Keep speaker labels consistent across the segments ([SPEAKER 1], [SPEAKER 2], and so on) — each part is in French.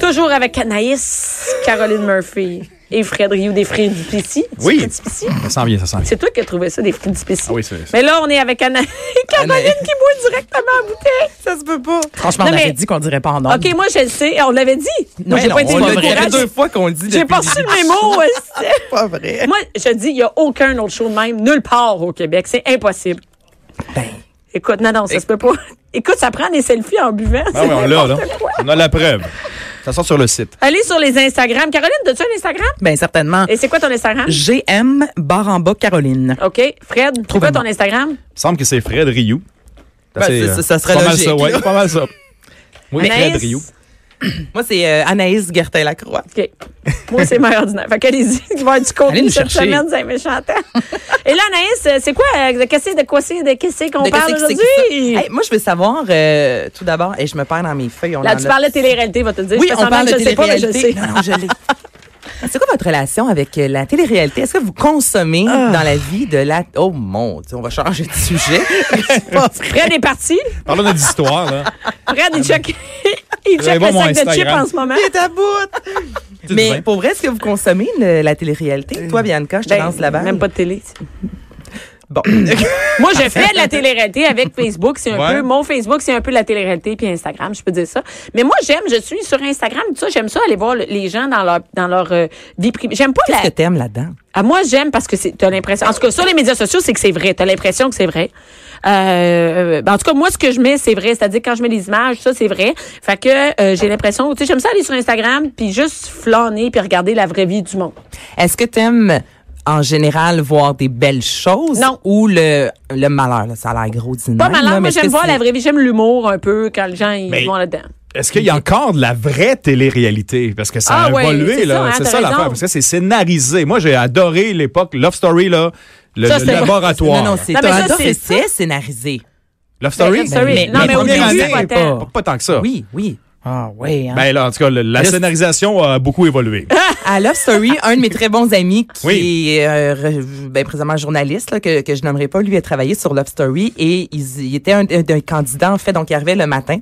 [SPEAKER 1] Toujours avec Anaïs, Caroline Murphy et Fred Rioux des Frères du Plessis. Du
[SPEAKER 2] Oui.
[SPEAKER 1] Frères du Plessis.
[SPEAKER 2] Ça sent bien, ça sent bien.
[SPEAKER 1] C'est toi qui as trouvé ça, des Frères du Plessis.
[SPEAKER 2] Ah oui, c'est c'est-
[SPEAKER 1] Mais là, on est avec Anaïs, Caroline
[SPEAKER 3] Anaïs.
[SPEAKER 1] qui boit directement en bouteille.
[SPEAKER 3] Ça se peut pas.
[SPEAKER 4] Franchement,
[SPEAKER 1] Non,
[SPEAKER 4] on
[SPEAKER 1] mais-
[SPEAKER 4] avait dit qu'on dirait pas en ordre.
[SPEAKER 1] OK, moi, je le sais. On l'avait dit. Moi,
[SPEAKER 4] Ouais,
[SPEAKER 1] j'ai
[SPEAKER 4] non,
[SPEAKER 1] pas été
[SPEAKER 3] on
[SPEAKER 4] pas
[SPEAKER 1] le
[SPEAKER 3] l'a
[SPEAKER 4] vrai.
[SPEAKER 3] dit
[SPEAKER 1] courage.
[SPEAKER 3] deux fois qu'on le dit.
[SPEAKER 1] J'ai
[SPEAKER 3] depuis
[SPEAKER 1] pas
[SPEAKER 3] le
[SPEAKER 1] reçu
[SPEAKER 3] début.
[SPEAKER 1] le mémo. aussi.
[SPEAKER 3] pas vrai.
[SPEAKER 1] Moi, je dis, il n'y a aucun autre show de même, nulle part au Québec. C'est impossible.
[SPEAKER 4] Ben,
[SPEAKER 1] Écoute, non, non, ça se peut pas. Écoute, ça prend des selfies en buvant.
[SPEAKER 2] Ah oui, on l'a, là. On a la preuve. Ça sort sur le site.
[SPEAKER 1] Allez sur les Instagram. Caroline, as-tu un Instagram?
[SPEAKER 4] ben, certainement.
[SPEAKER 1] Et c'est quoi ton Instagram?
[SPEAKER 4] GM barre en bas Caroline.
[SPEAKER 1] OK. Fred, c'est quoi
[SPEAKER 4] Trouvez-moi.
[SPEAKER 1] ton Instagram?
[SPEAKER 2] Il me semble que c'est Fred Rioux.
[SPEAKER 3] Ben,
[SPEAKER 2] C'est,
[SPEAKER 3] c'est-
[SPEAKER 2] euh,
[SPEAKER 3] ça serait
[SPEAKER 2] pas
[SPEAKER 3] logique,
[SPEAKER 2] Mal ça, ouais,
[SPEAKER 3] là.
[SPEAKER 2] pas mal ça. Oui,
[SPEAKER 1] Anaïs?
[SPEAKER 2] Fred Rioux.
[SPEAKER 3] Moi, c'est euh, Anaïs Gertin-Lacroix.
[SPEAKER 1] OK. Moi, c'est ma ordinaire. Fait qu'allez-y, il va y avoir du contenu
[SPEAKER 4] Allez nous
[SPEAKER 1] cette
[SPEAKER 4] chercher.
[SPEAKER 1] semaine, c'est un méchant temps. Et là, Anaïs, euh, c'est quoi? euh, De qu'est-ce de quoi c'est, de qu'est-ce qu'on
[SPEAKER 3] De
[SPEAKER 1] parle
[SPEAKER 3] qu'est-ce que c'est
[SPEAKER 1] aujourd'hui?
[SPEAKER 3] que ça? Hey, moi, je veux savoir, euh, tout d'abord, et je me perds dans mes feuilles. on
[SPEAKER 1] Là,
[SPEAKER 3] en
[SPEAKER 1] tu
[SPEAKER 3] a-
[SPEAKER 1] parles de télé-réalité, va te le dire.
[SPEAKER 3] Oui,
[SPEAKER 1] Je fais
[SPEAKER 3] on
[SPEAKER 1] semblant
[SPEAKER 3] parle de
[SPEAKER 1] que je sais pas, mais je le
[SPEAKER 3] télé-réalité.
[SPEAKER 1] sais.
[SPEAKER 3] Non, non, je l'ai. C'est quoi votre relation avec euh, la télé-réalité? Est-ce que vous consommez
[SPEAKER 1] Ah.
[SPEAKER 3] dans la vie de la... Oh mon Dieu, on va changer de sujet. C'est pas vrai.
[SPEAKER 1] Fred est parti.
[SPEAKER 2] Parlons de notre histoire, là.
[SPEAKER 1] Fred,
[SPEAKER 3] Ah,
[SPEAKER 1] il check, il
[SPEAKER 2] Allez
[SPEAKER 1] check
[SPEAKER 2] voir
[SPEAKER 1] le
[SPEAKER 2] mon
[SPEAKER 1] sac de chips
[SPEAKER 2] Instagram.
[SPEAKER 1] en ce moment.
[SPEAKER 3] Il est à bout.
[SPEAKER 2] Tu dis
[SPEAKER 3] Mais
[SPEAKER 2] bien.
[SPEAKER 3] pour vrai, est-ce que vous consommez le- la
[SPEAKER 2] Euh,
[SPEAKER 3] télé-réalité? Toi, Bianca, je te lance la balle.
[SPEAKER 1] Ben, même pas de télé.
[SPEAKER 3] Bon.
[SPEAKER 1] Moi, je fais de la télé-réalité avec Facebook. C'est un
[SPEAKER 2] Ouais.
[SPEAKER 1] peu mon Facebook, c'est un peu la télé-réalité puis Instagram. Je peux dire ça. Mais moi, j'aime. Je suis sur Instagram. Tout ça, j'aime ça aller voir le- les gens dans leur dans leur euh, vie privée. J'aime pas la.
[SPEAKER 3] Qu'est-ce que t'aimes là-dedans?
[SPEAKER 1] Ah, moi, j'aime parce que c'est- t'as l'impression. En tout cas, sur les médias sociaux, c'est que c'est vrai. T'as l'impression que c'est vrai. Euh, ben, en tout cas, moi, ce que je mets, c'est vrai. C'est-à-dire, quand je mets les images, ça, c'est vrai. Fait que euh, j'ai l'impression. Tu sais, j'aime ça aller sur Instagram puis juste flâner puis regarder la vraie vie du monde.
[SPEAKER 3] Est-ce que t'aimes en général voir des belles choses
[SPEAKER 1] Non.
[SPEAKER 3] ou le, le malheur là, ça a l'air gros d'une
[SPEAKER 1] Pas malin. Moi, j'aime voir la vraie vie. J'aime l'humour un peu quand les gens ils
[SPEAKER 2] Mais-
[SPEAKER 1] vont là-dedans.
[SPEAKER 2] Est-ce qu'il y a encore de la vraie télé-réalité? Parce que ça a
[SPEAKER 1] Ah ouais,
[SPEAKER 2] évolué,
[SPEAKER 1] c'est
[SPEAKER 2] là.
[SPEAKER 1] ça, hein,
[SPEAKER 2] c'est
[SPEAKER 1] t'as
[SPEAKER 2] ça
[SPEAKER 1] raison.
[SPEAKER 2] l'affaire. Parce que c'est scénarisé. Moi, j'ai adoré l'époque Love Story, là. Le,
[SPEAKER 1] Ça,
[SPEAKER 2] le
[SPEAKER 1] c'était-
[SPEAKER 2] laboratoire.
[SPEAKER 3] Non non, c'est
[SPEAKER 1] Non, mais
[SPEAKER 3] t'as
[SPEAKER 1] ça, c'est
[SPEAKER 3] adoré, c'est scénarisé.
[SPEAKER 2] Love Story?
[SPEAKER 1] Love Story.
[SPEAKER 2] Mais-
[SPEAKER 1] Non, mais au
[SPEAKER 2] première
[SPEAKER 1] début,
[SPEAKER 2] année,
[SPEAKER 1] pas tant.
[SPEAKER 2] pas, pas tant que ça.
[SPEAKER 3] Oui, oui.
[SPEAKER 4] ah oui, hein.
[SPEAKER 2] Ben là, en tout cas, le- la
[SPEAKER 3] Là, c'est-
[SPEAKER 2] scénarisation a beaucoup évolué.
[SPEAKER 3] À Love Story, un de mes très bons amis qui
[SPEAKER 2] Oui.
[SPEAKER 3] est euh, re- ben, présentement journaliste, là, que, que je nommerai pas, lui a travaillé sur Love Story et il, il était un, un- un candidat, en fait, donc il arrivait le matin,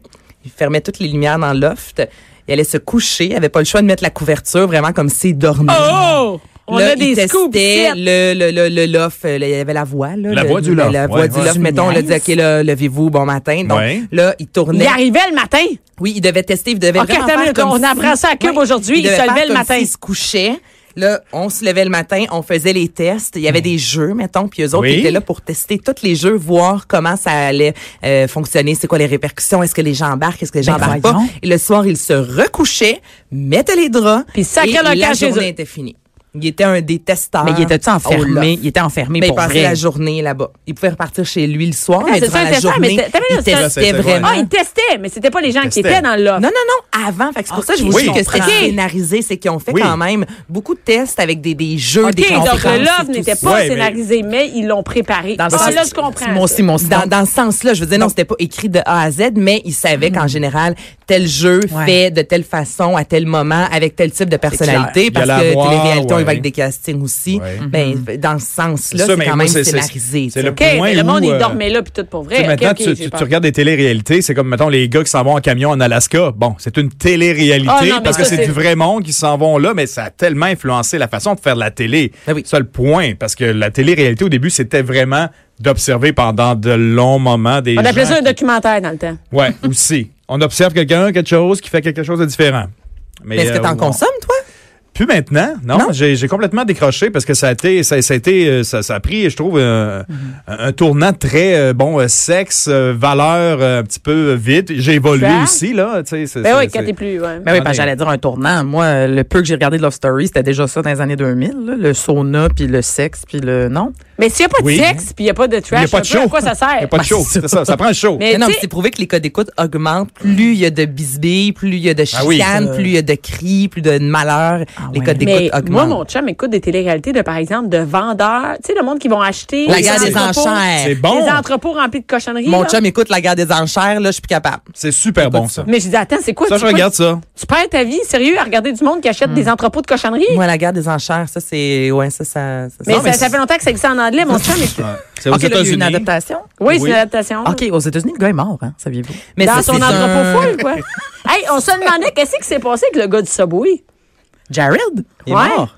[SPEAKER 3] il fermait toutes les lumières dans le loft, il allait se coucher, il avait pas le choix de mettre la couverture vraiment comme s'il dormait.
[SPEAKER 1] Oh! On
[SPEAKER 3] Là,
[SPEAKER 1] a des
[SPEAKER 3] il testait
[SPEAKER 1] scoops. ici.
[SPEAKER 3] le, le, le, le loft, euh, le- il y avait la voix. Là,
[SPEAKER 2] La
[SPEAKER 3] le-
[SPEAKER 2] voix du loft,
[SPEAKER 3] La
[SPEAKER 2] ouais,
[SPEAKER 3] voix du
[SPEAKER 2] ouais.
[SPEAKER 3] loft, mettons, on
[SPEAKER 4] Tu
[SPEAKER 3] le dit, OK, là, levez-vous, bon matin. Donc,
[SPEAKER 2] Ouais.
[SPEAKER 3] là, il
[SPEAKER 1] Il
[SPEAKER 3] tournait.
[SPEAKER 1] arrivait le matin.
[SPEAKER 3] Oui, il devait tester, il devait
[SPEAKER 1] Ok,
[SPEAKER 3] vraiment
[SPEAKER 1] attends une
[SPEAKER 3] faire
[SPEAKER 1] minute,
[SPEAKER 3] comme
[SPEAKER 1] on
[SPEAKER 3] si-
[SPEAKER 1] apprend ça à Cube
[SPEAKER 3] Ouais,
[SPEAKER 1] aujourd'hui, il
[SPEAKER 3] devait
[SPEAKER 1] se levait
[SPEAKER 3] faire
[SPEAKER 1] le
[SPEAKER 3] comme
[SPEAKER 1] matin.
[SPEAKER 3] s'il se couchait. Là, on se levait le matin, on faisait les tests. Il y
[SPEAKER 1] Hmm.
[SPEAKER 3] avait des jeux, mettons, puis eux autres
[SPEAKER 2] Oui.
[SPEAKER 3] ils étaient là pour tester tous les jeux, voir comment ça allait euh, fonctionner, c'est quoi les répercussions, est-ce que les gens embarquent, est-ce que les gens
[SPEAKER 4] Ben,
[SPEAKER 3] embarquent pas.
[SPEAKER 4] voyons.
[SPEAKER 3] Et le soir, ils se recouchaient, mettaient les draps,
[SPEAKER 1] Puis sacraient
[SPEAKER 3] et
[SPEAKER 1] leur
[SPEAKER 3] la
[SPEAKER 1] camp chez eux.
[SPEAKER 3] journée était finie. Il était un des testeurs.
[SPEAKER 4] mais il était
[SPEAKER 3] au
[SPEAKER 4] enfermé?
[SPEAKER 3] loft.
[SPEAKER 4] Il était enfermé
[SPEAKER 3] Mais il
[SPEAKER 4] pour
[SPEAKER 3] passait
[SPEAKER 4] vrai.
[SPEAKER 3] la journée là-bas. Il pouvait repartir chez lui le soir,
[SPEAKER 1] Attends,
[SPEAKER 3] mais
[SPEAKER 1] Ah, c'est
[SPEAKER 3] durant
[SPEAKER 1] ça,
[SPEAKER 3] la
[SPEAKER 1] intéressant, mais
[SPEAKER 3] journée,
[SPEAKER 1] t'as- t'as
[SPEAKER 3] il
[SPEAKER 1] vu, c'est un-
[SPEAKER 3] testait
[SPEAKER 2] Ah, il
[SPEAKER 3] vraiment.
[SPEAKER 1] Ah, il testait, mais c'était pas les gens qui
[SPEAKER 2] testait.
[SPEAKER 1] étaient dans le loft.
[SPEAKER 3] Non, non, non, avant. Fait que c'est pour ça que je vous
[SPEAKER 2] Oui.
[SPEAKER 3] dis que c'est
[SPEAKER 2] Comprends.
[SPEAKER 3] scénarisé, c'est qu'ils ont fait
[SPEAKER 2] Oui.
[SPEAKER 3] quand même beaucoup de tests avec des, des jeux,
[SPEAKER 1] OK,
[SPEAKER 3] des
[SPEAKER 1] donc
[SPEAKER 3] conférences
[SPEAKER 1] le
[SPEAKER 3] et
[SPEAKER 1] love
[SPEAKER 3] tout
[SPEAKER 1] n'était
[SPEAKER 3] ça.
[SPEAKER 1] pas
[SPEAKER 2] Ouais, mais-
[SPEAKER 1] scénarisé, mais, ils l'ont préparé.
[SPEAKER 3] Dans le
[SPEAKER 1] ah,
[SPEAKER 3] sens-
[SPEAKER 1] là, je comprends.
[SPEAKER 4] Mon
[SPEAKER 1] ça.
[SPEAKER 4] Bah, Simon,
[SPEAKER 3] Dans, dans ce sens-là, je veux dire, non, c'était pas écrit de A à Z, mais ils savaient
[SPEAKER 2] Mm.
[SPEAKER 3] qu'en général, tel jeu
[SPEAKER 4] Ouais.
[SPEAKER 3] fait de telle façon, à tel moment, avec tel type de personnalité,
[SPEAKER 2] clair.
[SPEAKER 3] parce
[SPEAKER 2] Il y a la
[SPEAKER 3] que
[SPEAKER 2] voix,
[SPEAKER 3] télé-réalité, on y va
[SPEAKER 2] ouais.
[SPEAKER 3] avec des castings aussi.
[SPEAKER 2] Ouais.
[SPEAKER 3] Ben, dans ce sens-là,
[SPEAKER 2] Ça,
[SPEAKER 3] c'est
[SPEAKER 2] mais
[SPEAKER 3] quand
[SPEAKER 2] moi,
[SPEAKER 3] même
[SPEAKER 2] c'est- c'est-
[SPEAKER 3] scénarisé.
[SPEAKER 2] c'est
[SPEAKER 3] tu
[SPEAKER 2] le
[SPEAKER 1] OK, mais le
[SPEAKER 2] Point
[SPEAKER 1] monde,
[SPEAKER 2] où,
[SPEAKER 1] il
[SPEAKER 2] euh,
[SPEAKER 1] dormait là, puis tout pour vrai.
[SPEAKER 2] Tu sais,
[SPEAKER 1] OK,
[SPEAKER 2] maintenant,
[SPEAKER 1] Eh, OK,
[SPEAKER 2] tu-
[SPEAKER 1] j'ai
[SPEAKER 2] tu,
[SPEAKER 1] peur.
[SPEAKER 2] tu regardes des téléréalités, c'est comme, mettons, les gars qui s'en vont en camion en Alaska. Bon, c'est une téléréalité
[SPEAKER 1] Ah, non, mais
[SPEAKER 2] parce que
[SPEAKER 1] ça,
[SPEAKER 2] c'est
[SPEAKER 1] c'est-
[SPEAKER 2] du vrai monde qui s'en vont là, mais ça a tellement influencé la façon de faire de la télé.
[SPEAKER 1] Ben
[SPEAKER 3] Ah oui.
[SPEAKER 2] C'est le point, parce que la téléréalité, au début, c'était vraiment d'observer pendant de longs moments des
[SPEAKER 1] On appelait
[SPEAKER 2] gens
[SPEAKER 1] ça un
[SPEAKER 2] qui-
[SPEAKER 1] documentaire dans le temps.
[SPEAKER 2] Ouais, aussi. On observe quelqu'un, quelque chose qui fait quelque chose de différent.
[SPEAKER 3] Mais est-ce que
[SPEAKER 2] euh,
[SPEAKER 3] t'en
[SPEAKER 2] on-
[SPEAKER 3] consommes, toi?
[SPEAKER 2] plus maintenant. Non,
[SPEAKER 3] Non.
[SPEAKER 2] J'ai, j'ai complètement décroché parce que ça a été, ça, ça a été, euh, ça, ça a pris, je trouve, euh, un, un tournant très euh, bon euh, sexe, euh, valeur, euh, un petit peu vite. J'ai évolué
[SPEAKER 1] Ça?
[SPEAKER 2] aussi là. tu sais, c'est-
[SPEAKER 1] Ben
[SPEAKER 2] c'est-
[SPEAKER 1] oui, quand
[SPEAKER 2] c'est-
[SPEAKER 1] t'es plus. ouais.
[SPEAKER 4] Ben oui, parce que
[SPEAKER 2] Attendez.
[SPEAKER 4] j'allais dire un tournant. Moi, euh, le peu que j'ai regardé de Love Story, c'était déjà ça dans les années 2000, là, le sauna, puis le sexe, puis le... Non?
[SPEAKER 1] Mais s'il n'y a pas de
[SPEAKER 2] Oui.
[SPEAKER 1] sexe, puis il n'y a pas de
[SPEAKER 2] Il
[SPEAKER 1] trash,
[SPEAKER 2] n'y a pas de
[SPEAKER 1] un peu,
[SPEAKER 2] show.
[SPEAKER 1] à quoi ça sert?
[SPEAKER 2] Il n'y a pas de show. C'est ça. Ça prend un show.
[SPEAKER 1] Mais
[SPEAKER 3] Mais non,
[SPEAKER 1] tu
[SPEAKER 3] mais
[SPEAKER 1] sais-
[SPEAKER 3] c'est prouvé que les codes d'écoute augmentent. Plus il y a de bisbilles, plus il y a de
[SPEAKER 2] Ah
[SPEAKER 3] chicanes,
[SPEAKER 2] oui.
[SPEAKER 4] Euh.
[SPEAKER 3] plus il y a de cris, plus de malheurs. les
[SPEAKER 4] Ah ouais.
[SPEAKER 3] codes
[SPEAKER 1] Mais
[SPEAKER 3] d'écoute augmentent.
[SPEAKER 1] moi, mon chum écoute des téléréalités de, par exemple, de vendeurs. Tu sais, le monde qui vont acheter.
[SPEAKER 3] La
[SPEAKER 1] des
[SPEAKER 3] guerre des
[SPEAKER 1] entrepôts-
[SPEAKER 3] enchères.
[SPEAKER 2] C'est bon.
[SPEAKER 1] Des entrepôts remplis de cochonneries.
[SPEAKER 3] Mon
[SPEAKER 1] là.
[SPEAKER 3] chum écoute la guerre des enchères, là, je suis plus capable.
[SPEAKER 2] C'est super bon ça.
[SPEAKER 1] Mais je dis, attends, c'est quoi?
[SPEAKER 2] Ça,
[SPEAKER 1] tu
[SPEAKER 2] je
[SPEAKER 1] peux-
[SPEAKER 2] regarde ça.
[SPEAKER 1] Tu perds ta vie, sérieux, à regarder du monde qui achète des entrepôts de cochonneries?
[SPEAKER 3] Moi, la guerre des enchères, ça, c'est. Ouais, ça, ça. ça-
[SPEAKER 1] Mais,
[SPEAKER 3] Non,
[SPEAKER 1] ça, ça fait longtemps que ça existe en anglais, mon chum. mais-
[SPEAKER 2] Ouais. C'est aux
[SPEAKER 4] OK, là, il y a eu une
[SPEAKER 2] États-Unis.
[SPEAKER 4] adaptation?
[SPEAKER 1] Oui, c'est
[SPEAKER 2] Oui.
[SPEAKER 1] une adaptation.
[SPEAKER 4] OK, aux États-Unis, le gars est mort, hein, saviez-vous?
[SPEAKER 3] mais
[SPEAKER 1] Dans
[SPEAKER 3] ça,
[SPEAKER 1] son
[SPEAKER 3] c'est
[SPEAKER 1] entrepôt
[SPEAKER 3] un-
[SPEAKER 1] full, quoi. hey, on se demandait qu'est-ce qui s'est passé avec le gars du Subway.
[SPEAKER 4] Jared est
[SPEAKER 1] Ouais.
[SPEAKER 4] mort.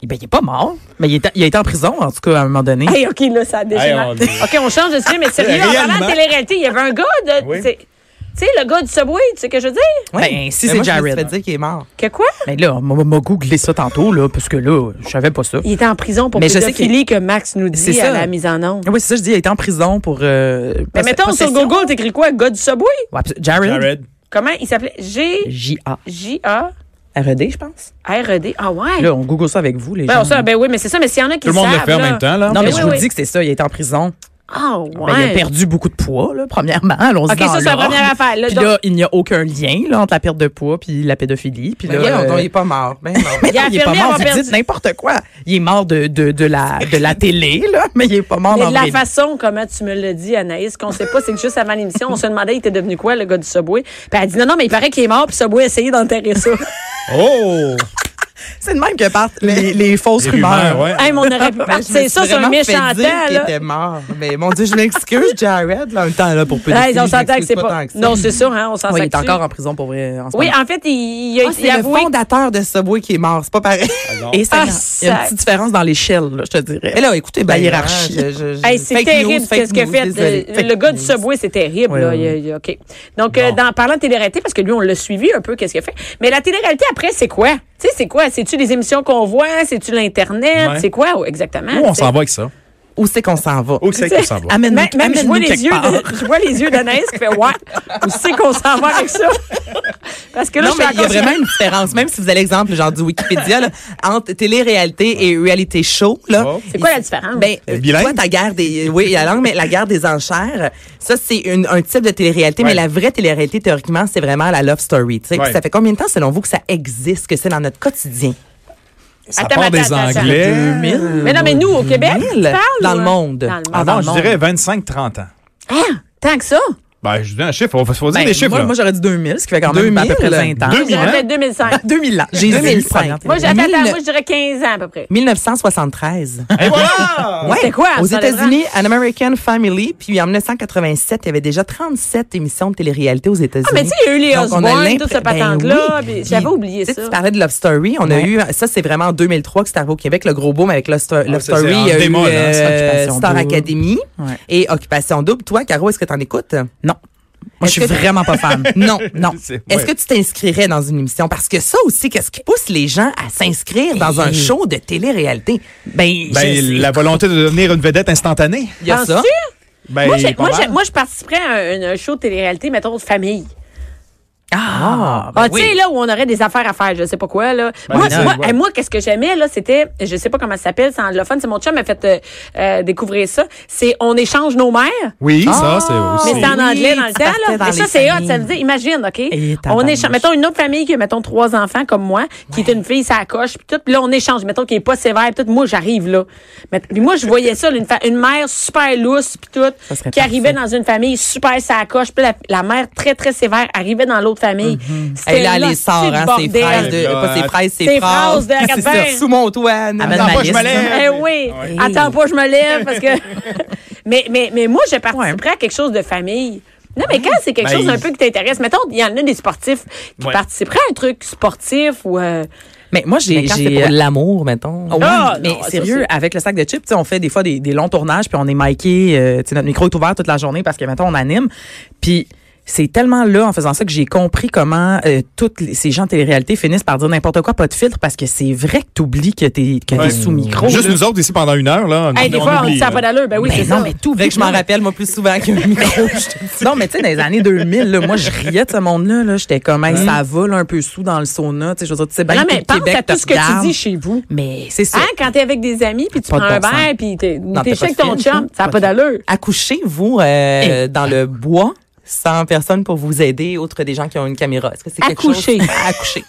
[SPEAKER 4] Eh Ben, il est pas mort, mais il, est- il a été en prison, en tout cas, à un moment donné.
[SPEAKER 1] Hey, OK, là, ça dégénère.
[SPEAKER 2] Hey, on dit-
[SPEAKER 1] OK, on change de sujet, mais sérieux, en parlant
[SPEAKER 2] Réellement.
[SPEAKER 1] de télé-réalité, il y avait un gars de.
[SPEAKER 2] Oui.
[SPEAKER 1] c'est- Tu sais, le gars du Subway, tu sais ce que je veux dire?
[SPEAKER 3] Ouais.
[SPEAKER 4] Ben, si
[SPEAKER 3] Mais
[SPEAKER 4] c'est
[SPEAKER 3] moi, Je me suis
[SPEAKER 4] Jared.
[SPEAKER 3] fait dire qu'il est mort.
[SPEAKER 1] Que quoi?
[SPEAKER 4] Mais là, on m'a- m'a googlé ça tantôt, là, parce que là, je savais pas ça.
[SPEAKER 1] Il était en prison pour
[SPEAKER 4] Mais je sais
[SPEAKER 1] pédophilie que Max nous
[SPEAKER 4] C'est
[SPEAKER 1] dit
[SPEAKER 4] ça.
[SPEAKER 1] à la mise en onde.
[SPEAKER 4] Ah Oui, c'est ça, je dis, il était en prison pour. euh,
[SPEAKER 1] Mais
[SPEAKER 4] poss-
[SPEAKER 1] mettons, sur
[SPEAKER 4] possession.
[SPEAKER 1] Google, t'écris quoi? Gars du Subway?
[SPEAKER 4] Ouais, pis- Jared.
[SPEAKER 2] Jared.
[SPEAKER 1] Comment il s'appelait? G.
[SPEAKER 4] J-A.
[SPEAKER 1] J-A-R-E-D.
[SPEAKER 4] R-E-D, E je pense.
[SPEAKER 1] Ah ouais?
[SPEAKER 4] Là, on google ça avec vous, les
[SPEAKER 1] Ben,
[SPEAKER 4] gens.
[SPEAKER 1] on sait- ben oui, mais c'est ça, mais s'il y en a qui
[SPEAKER 2] Tout le monde le
[SPEAKER 1] savent,
[SPEAKER 2] fait en
[SPEAKER 1] là-
[SPEAKER 2] même temps là.
[SPEAKER 4] Non, mais,
[SPEAKER 1] Ben
[SPEAKER 4] je
[SPEAKER 1] oui,
[SPEAKER 4] vous
[SPEAKER 1] oui.
[SPEAKER 4] dis que c'est ça, il est en prison.
[SPEAKER 1] Ah ouais.
[SPEAKER 4] Ben, il a perdu beaucoup de poids, là, premièrement. Allons-y
[SPEAKER 1] OK,
[SPEAKER 4] dans
[SPEAKER 1] ça, c'est la
[SPEAKER 4] l'ordre.
[SPEAKER 1] première affaire. Là,
[SPEAKER 4] Puis
[SPEAKER 1] donc-
[SPEAKER 4] là, il n'y a aucun lien là, entre la perte de poids puis la pédophilie. Puis
[SPEAKER 3] Mais
[SPEAKER 4] là,
[SPEAKER 3] voyons
[SPEAKER 4] euh,
[SPEAKER 3] donc, il est pas mort. Ben non.
[SPEAKER 4] mais non,
[SPEAKER 1] Il a
[SPEAKER 4] il est pas
[SPEAKER 1] affirmé
[SPEAKER 4] mort,
[SPEAKER 1] avoir
[SPEAKER 4] vous
[SPEAKER 1] perdu-
[SPEAKER 4] dites n'importe quoi. Il est mort de, de, de la, de la télé, là, mais il est pas mort
[SPEAKER 1] Mais
[SPEAKER 4] dans
[SPEAKER 1] de
[SPEAKER 4] la
[SPEAKER 1] la façon comment tu me l'as dit, Anaïs, qu'on sait pas, c'est que juste avant l'émission, on se demandait, il était devenu quoi, le gars du Subway? Puis elle a dit, non, non, mais il paraît qu'il est mort, puis Subway a essayé d'enterrer ça.
[SPEAKER 2] Oh.
[SPEAKER 4] C'est de même que partent les, les fausses
[SPEAKER 2] Les
[SPEAKER 4] rumeurs.
[SPEAKER 2] rumeurs, ouais.
[SPEAKER 1] hey, mais on aurait pu
[SPEAKER 3] Ben, je me
[SPEAKER 1] partir
[SPEAKER 3] suis
[SPEAKER 1] ça sur un
[SPEAKER 3] vraiment fait
[SPEAKER 1] méchant
[SPEAKER 3] dire
[SPEAKER 1] temps,
[SPEAKER 3] qu'il
[SPEAKER 1] là.
[SPEAKER 3] était mort. Mais mon Dieu, je m'excuse, Jared, là, en même temps, là, pour pédophilie,
[SPEAKER 1] Hey, on
[SPEAKER 3] je
[SPEAKER 1] s'entend que
[SPEAKER 3] m'excuse
[SPEAKER 1] c'est
[SPEAKER 3] tant
[SPEAKER 1] pas.
[SPEAKER 3] que ça.
[SPEAKER 1] Non, c'est sûr, hein, on s'en
[SPEAKER 4] Ouais, il est
[SPEAKER 1] sacre-tu.
[SPEAKER 4] encore en prison pour vrai. En ce
[SPEAKER 1] Oui,
[SPEAKER 4] moment.
[SPEAKER 1] en fait, il, il a, il
[SPEAKER 3] Ah,
[SPEAKER 1] a
[SPEAKER 3] c'est le
[SPEAKER 1] avoué.
[SPEAKER 3] fondateur de Subway qui est mort. C'est pas pareil.
[SPEAKER 4] Et ça,
[SPEAKER 1] Ah,
[SPEAKER 4] il y a- il y a une
[SPEAKER 1] sac.
[SPEAKER 4] petite différence dans l'échelle, là, je te dirais.
[SPEAKER 3] Mais là, écoutez, ben,
[SPEAKER 4] La hiérarchie.
[SPEAKER 3] hein, je- je- je-
[SPEAKER 1] Hey, c'est
[SPEAKER 3] fake
[SPEAKER 1] terrible
[SPEAKER 3] news, fake
[SPEAKER 1] qu'est-ce qu'il a
[SPEAKER 3] news,
[SPEAKER 1] fait.
[SPEAKER 3] désolée.
[SPEAKER 1] Le-
[SPEAKER 3] Fake
[SPEAKER 1] le gars du
[SPEAKER 3] news.
[SPEAKER 1] Subway, c'est terrible.
[SPEAKER 4] Ouais,
[SPEAKER 1] là.
[SPEAKER 4] ouais,
[SPEAKER 1] Il y a- il y a- OK. Donc, euh, dans, parlant de télé-réalité, parce que lui, on l'a suivi un peu, qu'est-ce qu'il a fait. Mais la télé-réalité, après, c'est quoi? Tu sais, c'est quoi? C'est-tu les émissions qu'on voit? C'est-tu l'Internet?
[SPEAKER 2] Ouais.
[SPEAKER 1] C'est quoi? Ouais, exactement.
[SPEAKER 2] Où on
[SPEAKER 1] t'sais.
[SPEAKER 2] s'en va avec ça?
[SPEAKER 3] Où c'est qu'on s'en va?
[SPEAKER 2] Où c'est qu'on s'en va?
[SPEAKER 4] Amène-nous
[SPEAKER 1] Même, même je, vois
[SPEAKER 4] amène-nous
[SPEAKER 1] les
[SPEAKER 4] quelque
[SPEAKER 1] yeux
[SPEAKER 4] part.
[SPEAKER 1] de- je vois les yeux d'Anaïs qui fait Ouais, où c'est qu'on s'en va avec ça? Parce que là,
[SPEAKER 3] Non,
[SPEAKER 1] je
[SPEAKER 3] mais
[SPEAKER 1] suis
[SPEAKER 3] il y a
[SPEAKER 1] encore sur-
[SPEAKER 3] vraiment une différence. Même si vous avez l'exemple, genre du Wikipédia, là, entre télé-réalité et reality show, là.
[SPEAKER 2] Oh.
[SPEAKER 1] C'est quoi la différence?
[SPEAKER 3] Ben,
[SPEAKER 2] Euh,
[SPEAKER 3] euh,
[SPEAKER 2] bilingue?
[SPEAKER 3] toi, ta guerre des, oui, la langue, mais la guerre des enchères, ça, c'est une- un type de télé-réalité,
[SPEAKER 2] Ouais.
[SPEAKER 3] mais la vraie télé-réalité, théoriquement, c'est vraiment la love story, tu sais.
[SPEAKER 2] Ouais.
[SPEAKER 3] Puis Ça fait combien de temps, selon vous, que ça existe, que c'est dans notre quotidien?
[SPEAKER 2] Ça
[SPEAKER 1] Attends,
[SPEAKER 2] part des
[SPEAKER 1] attends, attends,
[SPEAKER 2] Anglais.
[SPEAKER 1] Euh, mais non, mais nous, au Québec, tu parles,
[SPEAKER 3] Dans le
[SPEAKER 1] ou-
[SPEAKER 3] monde.
[SPEAKER 1] Dans le
[SPEAKER 3] Ah,
[SPEAKER 1] monde.
[SPEAKER 2] Non,
[SPEAKER 3] dans le
[SPEAKER 2] je
[SPEAKER 3] monde.
[SPEAKER 2] dirais 25-30 ans.
[SPEAKER 1] Hein? Tant que ça?
[SPEAKER 2] Ben, je dis un chiffre. Il faut, faut dire
[SPEAKER 4] Ben,
[SPEAKER 2] des chiffres.
[SPEAKER 4] moi,
[SPEAKER 2] là.
[SPEAKER 4] moi, j'aurais dit 2000, ce qui fait quand même à peu
[SPEAKER 3] 2000,
[SPEAKER 4] près 20 ans.
[SPEAKER 2] 2000
[SPEAKER 1] J'aurais
[SPEAKER 2] ans.
[SPEAKER 1] fait 2005.
[SPEAKER 4] 2000 ans. J'ai
[SPEAKER 3] 2005.
[SPEAKER 1] Moi, j'attends,
[SPEAKER 3] Mille-
[SPEAKER 1] attends, moi, je dirais 15 ans à peu près.
[SPEAKER 3] 1973.
[SPEAKER 2] Et voilà!
[SPEAKER 3] Ouais.
[SPEAKER 1] C'était quoi,
[SPEAKER 3] Aux
[SPEAKER 1] ça,
[SPEAKER 3] États-Unis, An American Family. Puis en 1987, il y avait déjà 37 émissions de télé-réalité aux États-Unis.
[SPEAKER 1] Ah, mais tu sais, il y a eu les
[SPEAKER 3] Donc, on a
[SPEAKER 1] Osborne,
[SPEAKER 3] l'impr-
[SPEAKER 1] toute cette
[SPEAKER 3] ben
[SPEAKER 1] patente-là.
[SPEAKER 3] oui.
[SPEAKER 1] puis
[SPEAKER 3] Puis,
[SPEAKER 1] J'avais oublié
[SPEAKER 3] tu sais,
[SPEAKER 1] ça.
[SPEAKER 3] Tu parlais de Love Story. On a
[SPEAKER 4] Ouais.
[SPEAKER 3] eu, ça, c'est vraiment en 2003 que c'est arrivé au Québec, le gros boom avec Love, Sto- Love
[SPEAKER 2] Ah, ça, c'est
[SPEAKER 3] Story.
[SPEAKER 2] en
[SPEAKER 3] Il y a eu
[SPEAKER 2] démol, hein,
[SPEAKER 3] euh,
[SPEAKER 4] c'est Occupation
[SPEAKER 3] Star
[SPEAKER 4] Double.
[SPEAKER 3] Academy
[SPEAKER 4] Ouais.
[SPEAKER 3] et Occupation Double. Toi, Caro, est-ce que t'en écoutes?
[SPEAKER 4] Non. Moi, je suis
[SPEAKER 3] Est-ce que-
[SPEAKER 4] vraiment pas fan.
[SPEAKER 3] Non, non.
[SPEAKER 2] C'est- ouais.
[SPEAKER 3] Est-ce que tu t'inscrirais dans une émission? Parce que ça aussi, qu'est-ce qui pousse les gens à s'inscrire dans
[SPEAKER 2] Eh.
[SPEAKER 3] un show de télé-réalité?
[SPEAKER 4] Ben, je-
[SPEAKER 2] Ben, la volonté de devenir une vedette instantanée.
[SPEAKER 3] Il y a ça.
[SPEAKER 1] Penses-tu?
[SPEAKER 2] Ben,
[SPEAKER 1] Moi, j'ai-
[SPEAKER 2] pas
[SPEAKER 1] moi,
[SPEAKER 2] mal.
[SPEAKER 1] j'ai- moi, je participerais à un, un show de télé-réalité, mettons, de famille.
[SPEAKER 4] ah,
[SPEAKER 1] Ah,
[SPEAKER 4] ben oui.
[SPEAKER 1] tu sais, là, où on aurait des affaires à faire, je sais pas quoi, là. moi,
[SPEAKER 2] Ben, non,
[SPEAKER 1] moi,
[SPEAKER 2] ouais.
[SPEAKER 1] hey, moi, qu'est-ce que j'aimais, là, c'était, je sais pas comment ça s'appelle, c'est anglophone, c'est mon chum m'a fait euh, euh, découvrir ça. C'est On échange nos mères.
[SPEAKER 2] Oui, ça, c'est
[SPEAKER 1] Mais
[SPEAKER 2] aussi.
[SPEAKER 1] c'est en
[SPEAKER 3] Oh. Oui,
[SPEAKER 1] anglais dans le
[SPEAKER 3] tu
[SPEAKER 1] temps,
[SPEAKER 3] partais
[SPEAKER 1] là.
[SPEAKER 3] dans
[SPEAKER 1] Mais ça,
[SPEAKER 3] les
[SPEAKER 1] c'est hot.
[SPEAKER 3] familles.
[SPEAKER 1] Ça veut dire, imagine, OK? on
[SPEAKER 4] tabarnouche.
[SPEAKER 1] échange. Mettons une autre famille qui a, mettons, trois enfants comme moi, qui est une fille, ça coche, puis tout. Puis là, on échange. Mettons qu'il est pas sévère, puis tout. Moi, j'arrive, là. Mais- Puis moi, je voyais ça, là, une, fa- une mère super lousse, puis tout,
[SPEAKER 4] Ça
[SPEAKER 1] qui
[SPEAKER 4] serait
[SPEAKER 1] arrivait dans une famille super, ça coche, puis la, la mère très, très sévère arrivait dans l'autre famille. C'était
[SPEAKER 3] Mm-hmm. Elle là,
[SPEAKER 1] là,
[SPEAKER 3] les sort,
[SPEAKER 1] Ah, c'est
[SPEAKER 3] hein,
[SPEAKER 1] le
[SPEAKER 3] ses
[SPEAKER 1] bordel.
[SPEAKER 3] fraises, de,
[SPEAKER 2] Là,
[SPEAKER 3] pas ses fraises,
[SPEAKER 1] ses
[SPEAKER 3] ses
[SPEAKER 1] phrases
[SPEAKER 3] phrases.
[SPEAKER 1] de
[SPEAKER 3] C'est
[SPEAKER 1] Gabin.
[SPEAKER 3] ça, sous mon toit. Anne.
[SPEAKER 4] Amène
[SPEAKER 3] Attends,
[SPEAKER 4] ma
[SPEAKER 3] pas, je
[SPEAKER 4] liste.
[SPEAKER 3] me lève.
[SPEAKER 1] Eh oui. Attends pas, je me lève parce que. mais, mais, mais moi, je participerais à quelque chose de famille. Non, mais quand c'est quelque
[SPEAKER 2] Ben,
[SPEAKER 1] chose un
[SPEAKER 2] il-
[SPEAKER 1] peu qui t'intéresse, mettons, il y en a des sportifs qui
[SPEAKER 2] Ouais.
[SPEAKER 1] participeraient à un truc sportif ou. euh,
[SPEAKER 4] Mais moi,
[SPEAKER 3] Mais
[SPEAKER 4] j'ai.
[SPEAKER 3] quand
[SPEAKER 4] j'ai- euh,
[SPEAKER 3] c'est pour euh, l'amour, mettons.
[SPEAKER 4] Ah oui,
[SPEAKER 1] Ah,
[SPEAKER 4] mais
[SPEAKER 1] non, ça,
[SPEAKER 4] sérieux, avec le sac de chips, tu sais, on fait des fois des, des longs tournages, puis on est miké, euh, tu sais, notre micro est ouvert toute la journée parce que maintenant on anime. Puis c'est tellement là en faisant ça que j'ai compris comment euh, toutes les- ces gens de télé-réalité finissent par dire n'importe quoi, pas de filtre, parce que c'est vrai que t'oublies que t'es que t'es
[SPEAKER 2] Ouais.
[SPEAKER 4] sous micro.
[SPEAKER 2] Juste
[SPEAKER 4] là.
[SPEAKER 2] nous autres ici pendant une heure, là.
[SPEAKER 1] Hey, des fois, on dit
[SPEAKER 2] oublie,
[SPEAKER 1] ça
[SPEAKER 2] là.
[SPEAKER 1] n'a pas d'allure. Ben oui, c'est
[SPEAKER 4] Ben non,
[SPEAKER 1] ça.
[SPEAKER 4] mais tout
[SPEAKER 3] Fait que je m'en rappelle, moi, plus souvent qu'un micro. je te dis.
[SPEAKER 4] Non, mais tu sais, dans les années 2000, là, moi, je riais de ce monde-là. Là. J'étais comme, hey, ça va, là, un peu sous dans le sauna. Tu sais, je veux dire, tu sais, ben,
[SPEAKER 1] Non,
[SPEAKER 4] que
[SPEAKER 1] mais
[SPEAKER 4] le
[SPEAKER 1] pense
[SPEAKER 4] Québec
[SPEAKER 1] à
[SPEAKER 4] te
[SPEAKER 1] tout ce que tu
[SPEAKER 4] regarde.
[SPEAKER 1] dis chez vous.
[SPEAKER 4] Mais c'est ça.
[SPEAKER 1] Hein, quand t'es avec des amis, puis tu
[SPEAKER 4] Pas
[SPEAKER 1] prends
[SPEAKER 4] de
[SPEAKER 1] un
[SPEAKER 4] bon sens.
[SPEAKER 1] verre, puis t'es
[SPEAKER 3] Non,
[SPEAKER 1] t'es
[SPEAKER 3] t'as pas
[SPEAKER 1] chez
[SPEAKER 3] de
[SPEAKER 1] ton
[SPEAKER 3] filtre,
[SPEAKER 1] chum, ça n'a pas d'allure.
[SPEAKER 3] Accouchez-vous euh, dans le bois sans personne pour vous aider, autre des gens qui ont une caméra. Est-ce que c'est quelque chose...
[SPEAKER 1] Accoucher.
[SPEAKER 3] Accoucher.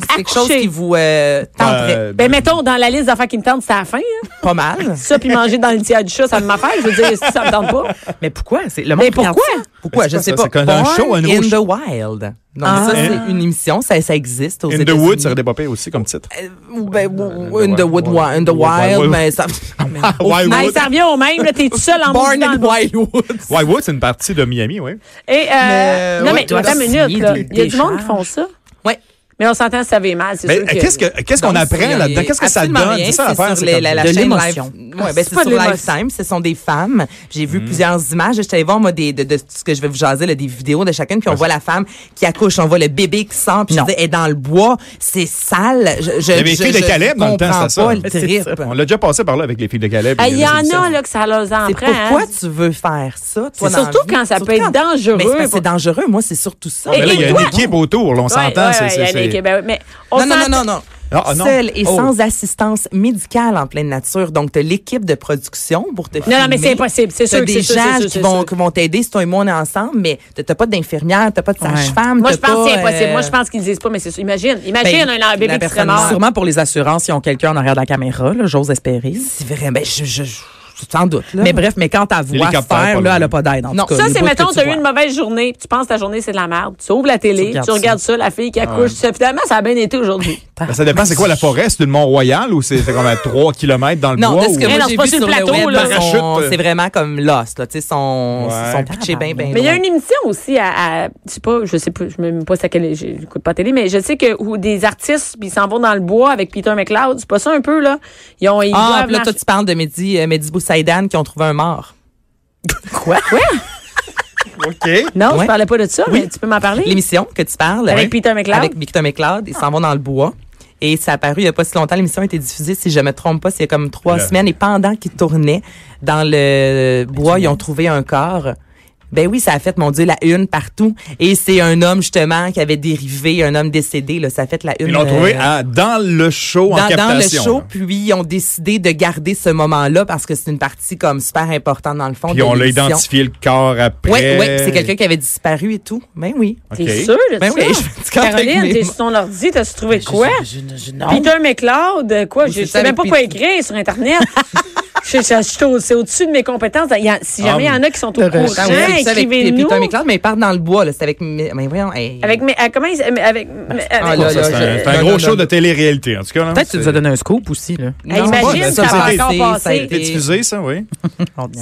[SPEAKER 3] C'est quelque chose
[SPEAKER 1] Accoucher.
[SPEAKER 3] qui vous euh, tenterait
[SPEAKER 2] Euh,
[SPEAKER 1] Ben, mettons, dans la liste d'affaires qui me tentent, c'est à la fin. hein.
[SPEAKER 3] pas mal.
[SPEAKER 1] Ça, puis manger dans le tiers du chat, ça me m'affaire. Je veux dire, si ça me tente pas.
[SPEAKER 4] Mais pourquoi? C'est, le monde
[SPEAKER 1] Mais
[SPEAKER 4] regarde
[SPEAKER 1] pourquoi?
[SPEAKER 4] ça.
[SPEAKER 3] Pourquoi? Je
[SPEAKER 2] quoi,
[SPEAKER 3] ne sais
[SPEAKER 2] ça?
[SPEAKER 3] pas.
[SPEAKER 2] C'est comme un
[SPEAKER 3] Born
[SPEAKER 2] show, un nouveau
[SPEAKER 3] in
[SPEAKER 2] show.
[SPEAKER 3] the Wild. Donc,
[SPEAKER 4] Ah.
[SPEAKER 3] ça, c'est une émission. Ça, ça existe aux
[SPEAKER 2] In the
[SPEAKER 3] États-Unis.
[SPEAKER 2] Wood, ça aurait pas pire aussi comme titre.
[SPEAKER 3] Ou ben, ou- in the Wood, wi- in the
[SPEAKER 2] Ouais, ouais.
[SPEAKER 3] Wild, mais ça...
[SPEAKER 2] Au Wildwood.
[SPEAKER 1] Ben, ça revient au même, là, t'es tout seul en
[SPEAKER 3] Born
[SPEAKER 1] mousse dans
[SPEAKER 3] in
[SPEAKER 1] le bois.
[SPEAKER 3] Wildwood.
[SPEAKER 2] Wildwood, c'est une partie de Miami, oui.
[SPEAKER 1] Et, euh,
[SPEAKER 3] Mais,
[SPEAKER 1] non,
[SPEAKER 3] ouais,
[SPEAKER 1] mais,
[SPEAKER 3] toi,
[SPEAKER 1] attends
[SPEAKER 3] t'as
[SPEAKER 1] une minute,
[SPEAKER 3] signé
[SPEAKER 1] là.
[SPEAKER 3] des-
[SPEAKER 1] Il y a du
[SPEAKER 4] des
[SPEAKER 1] monde qui
[SPEAKER 4] charges.
[SPEAKER 1] font ça.
[SPEAKER 3] Ouais.
[SPEAKER 1] Mais on s'entend, ça va mal, c'est
[SPEAKER 2] Mais
[SPEAKER 1] sûr euh, que...
[SPEAKER 2] qu'est-ce que- qu'est-ce qu'on
[SPEAKER 3] Donc,
[SPEAKER 2] apprend
[SPEAKER 3] il y a
[SPEAKER 2] là-dedans? Qu'est-ce que ça
[SPEAKER 3] absolument
[SPEAKER 2] donne?
[SPEAKER 3] rien.
[SPEAKER 2] C'est ça
[SPEAKER 3] C'est
[SPEAKER 2] l'affaire.
[SPEAKER 3] sur les-
[SPEAKER 2] comme-
[SPEAKER 3] la, la
[SPEAKER 4] De
[SPEAKER 3] chaîne
[SPEAKER 4] l'émotion.
[SPEAKER 3] Live- Ouais,
[SPEAKER 1] Ah,
[SPEAKER 3] ben,
[SPEAKER 1] c'est
[SPEAKER 3] c'est
[SPEAKER 1] pas
[SPEAKER 3] sur
[SPEAKER 1] de l'émotion.
[SPEAKER 3] Lifetime. Ce sont des femmes. J'ai
[SPEAKER 2] Mm.
[SPEAKER 3] vu plusieurs images. J'étais allée voir, moi, des, de, de ce que je vais vous jaser, là, des vidéos de chacune. Puis on voit la femme qui accouche, on voit le bébé qui sort. Puis je
[SPEAKER 4] Non.
[SPEAKER 3] dis, elle est dans le bois. C'est sale. Je, je,
[SPEAKER 2] Il y avait les
[SPEAKER 3] je-
[SPEAKER 2] filles de
[SPEAKER 3] je
[SPEAKER 2] Caleb dans le temps,
[SPEAKER 3] comprends
[SPEAKER 2] c'était ça.
[SPEAKER 3] pas le
[SPEAKER 2] Mais
[SPEAKER 4] c'est
[SPEAKER 3] trip.
[SPEAKER 4] ça.
[SPEAKER 2] On l'a déjà passé par là avec les filles de Caleb.
[SPEAKER 1] Ah, Il y
[SPEAKER 2] les
[SPEAKER 1] en a
[SPEAKER 2] émissions.
[SPEAKER 1] là que ça leur en
[SPEAKER 3] C'est
[SPEAKER 1] prend.
[SPEAKER 3] pourquoi
[SPEAKER 1] hein.
[SPEAKER 3] tu veux faire ça, toi,
[SPEAKER 1] C'est
[SPEAKER 3] dans la
[SPEAKER 1] surtout
[SPEAKER 3] vie?
[SPEAKER 1] quand ça
[SPEAKER 3] Surtout
[SPEAKER 1] peut être
[SPEAKER 3] quand-
[SPEAKER 1] dangereux.
[SPEAKER 3] Mais c'est parce que c'est dangereux. Moi, c'est surtout ça.
[SPEAKER 1] Et-
[SPEAKER 2] Mais là, il y a une
[SPEAKER 1] toi?
[SPEAKER 2] équipe autour, là, on
[SPEAKER 1] Ouais,
[SPEAKER 2] s'entend.
[SPEAKER 1] ouais,
[SPEAKER 2] c'est-
[SPEAKER 1] ouais, il y a
[SPEAKER 2] c'est-
[SPEAKER 1] des
[SPEAKER 2] c'est-
[SPEAKER 1] Québec- mais on
[SPEAKER 3] Non, non,
[SPEAKER 1] s'entend-
[SPEAKER 3] non, non, non.
[SPEAKER 2] Ah, ah, non.
[SPEAKER 3] Seul et
[SPEAKER 2] Oh.
[SPEAKER 3] sans assistance médicale en pleine nature. Donc, tu l'équipe de production pour te
[SPEAKER 1] Non, non, mais c'est impossible. C'est
[SPEAKER 3] T'as
[SPEAKER 1] sûr que
[SPEAKER 3] des
[SPEAKER 1] c'est sûr,
[SPEAKER 3] gens
[SPEAKER 1] c'est sûr,
[SPEAKER 3] qui
[SPEAKER 1] c'est
[SPEAKER 3] vont,
[SPEAKER 1] sûr.
[SPEAKER 3] qui vont t'aider si toi et moi on est ensemble, mais t'as t'as pas d'infirmière, t'as pas de sage-femme.
[SPEAKER 1] Moi,
[SPEAKER 3] t'as
[SPEAKER 1] je pense que c'est
[SPEAKER 3] pas,
[SPEAKER 1] impossible.
[SPEAKER 3] euh,
[SPEAKER 1] Moi, je pense qu'ils disent pas, mais c'est sûr. Imagine, imagine
[SPEAKER 3] Ben,
[SPEAKER 1] un bébé
[SPEAKER 3] la
[SPEAKER 1] qui serait
[SPEAKER 3] personne
[SPEAKER 1] mort.
[SPEAKER 4] Sûrement pour les assurances, ils ont quelqu'un en arrière de la caméra, là, j'ose espérer.
[SPEAKER 3] C'est vrai, ben, je, je, je, sans doute, là.
[SPEAKER 4] Mais bref, mais quand ta voix
[SPEAKER 2] Hélicoptère, pas
[SPEAKER 4] faire,
[SPEAKER 2] loin.
[SPEAKER 4] là, elle a pas d'aide. en
[SPEAKER 3] Non.
[SPEAKER 4] tout
[SPEAKER 1] Ça,
[SPEAKER 4] cas, les
[SPEAKER 1] c'est,
[SPEAKER 4] bouts que
[SPEAKER 1] mettons,
[SPEAKER 4] tu
[SPEAKER 1] t'as eu
[SPEAKER 4] vois.
[SPEAKER 1] une mauvaise journée, puis tu penses que ta journée, c'est de la merde. Tu ouvres la télé, tu regardes,
[SPEAKER 4] regardes
[SPEAKER 1] ça. la fille qui accouche. Tu sais, Finalement, ça a bien été aujourd'hui.
[SPEAKER 2] Ben, Ça dépend, c'est quoi la forêt? C'est une Mont-Royal ou c'est c'est comme à 3 km dans le
[SPEAKER 3] Non,
[SPEAKER 2] bois?
[SPEAKER 3] de ce que
[SPEAKER 2] ou-
[SPEAKER 1] Eh non,
[SPEAKER 3] moi
[SPEAKER 1] c'est
[SPEAKER 3] j'ai
[SPEAKER 1] pas
[SPEAKER 3] vu
[SPEAKER 1] sur
[SPEAKER 3] sur
[SPEAKER 1] le
[SPEAKER 3] le
[SPEAKER 1] plateau,
[SPEAKER 3] web,
[SPEAKER 1] là.
[SPEAKER 3] sont-
[SPEAKER 2] Parachute.
[SPEAKER 3] c'est vraiment comme Lost, là, tu sais, sont,
[SPEAKER 2] Ouais.
[SPEAKER 3] sont pitchés bien, bien
[SPEAKER 1] Mais il y a une émission aussi à, à- je sais pas, je sais pas, je me même pas ça quelle, j'écoute pas la télé, mais je sais que où des artistes puis ils s'en vont dans le bois avec Peter McLeod, c'est pas ça un peu là Ils ont ils
[SPEAKER 3] Ah,
[SPEAKER 1] doivent
[SPEAKER 3] puis là, toi,
[SPEAKER 1] marcher-
[SPEAKER 3] tu parles de Mehdi, euh, Mehdi Boussaïdan qui ont trouvé un mort.
[SPEAKER 1] quoi Quoi
[SPEAKER 2] OK.
[SPEAKER 1] Non, je
[SPEAKER 3] Ouais.
[SPEAKER 1] parlais pas de ça, mais tu peux m'en parler.
[SPEAKER 3] L'émission que tu parles.
[SPEAKER 1] Avec Peter McLeod?
[SPEAKER 3] Avec Victor McLeod. Ils s'en vont dans le bois. Et ça a apparu il n'y a pas si longtemps. L'émission a été diffusée, si je me trompe pas, c'est il y a comme trois
[SPEAKER 2] Là.
[SPEAKER 3] semaines. Et pendant qu'ils tournaient dans le bois, ils ont trouvé un corps. Ben oui, ça a fait, mon Dieu, la une partout. Et c'est un homme, justement, qui avait dérivé, un homme décédé. Là, ça a fait la une.
[SPEAKER 2] Ils l'ont trouvé
[SPEAKER 3] euh,
[SPEAKER 2] à- dans le show en
[SPEAKER 3] dans, dans le
[SPEAKER 2] captation.
[SPEAKER 3] show,
[SPEAKER 2] là.
[SPEAKER 3] puis ils ont décidé de garder ce moment-là parce que c'est une partie comme super importante dans le fond.
[SPEAKER 2] Puis
[SPEAKER 3] de
[SPEAKER 2] on l'a
[SPEAKER 3] l'émission.
[SPEAKER 2] identifié le corps après.
[SPEAKER 3] Oui, oui, c'est quelqu'un qui avait disparu et tout. Ben oui.
[SPEAKER 1] T'es
[SPEAKER 2] OK.
[SPEAKER 1] sûr de
[SPEAKER 3] Ben
[SPEAKER 1] ça
[SPEAKER 3] oui, je fais du contact
[SPEAKER 1] Caroline,
[SPEAKER 3] avec
[SPEAKER 1] t'es
[SPEAKER 3] mes-
[SPEAKER 1] sur ton ordi, t'as trouvé quoi
[SPEAKER 4] Je- je- je- non.
[SPEAKER 1] Peter McLeod, quoi
[SPEAKER 3] Oui,
[SPEAKER 1] Je
[SPEAKER 3] c'est
[SPEAKER 1] je sais
[SPEAKER 3] ça,
[SPEAKER 1] même pas
[SPEAKER 3] avec
[SPEAKER 1] quoi
[SPEAKER 3] Peter-
[SPEAKER 1] écrire sur internet. Je- je- je- je- C'est au-dessus de mes compétences. Il y a- si jamais il y en a qui sont au courant,
[SPEAKER 3] Attends, oui, c'est Ah, ça avec
[SPEAKER 1] écrivez-nous.
[SPEAKER 3] Peter McLeod, mais il part dans le bois, là. C'est avec. Mais mais voyons. hey.
[SPEAKER 1] Avec mais euh, comment il s- mais avec euh, mais- avec-
[SPEAKER 3] Ah, là,
[SPEAKER 2] Ça, C'est
[SPEAKER 3] là,
[SPEAKER 2] un,
[SPEAKER 3] je-
[SPEAKER 2] c'est un
[SPEAKER 3] non,
[SPEAKER 2] gros
[SPEAKER 3] non,
[SPEAKER 2] show
[SPEAKER 3] non.
[SPEAKER 2] de télé-réalité, en tout cas. là.
[SPEAKER 4] Peut-être que tu nous as
[SPEAKER 2] C'est-
[SPEAKER 4] donné un scoop aussi, là.
[SPEAKER 3] Non,
[SPEAKER 1] Hey, imagine,
[SPEAKER 3] ouais,
[SPEAKER 1] ça
[SPEAKER 3] a
[SPEAKER 2] va
[SPEAKER 3] été-
[SPEAKER 1] encore
[SPEAKER 3] ça a
[SPEAKER 1] passer.
[SPEAKER 3] été
[SPEAKER 2] C'est diffusé, ça, oui.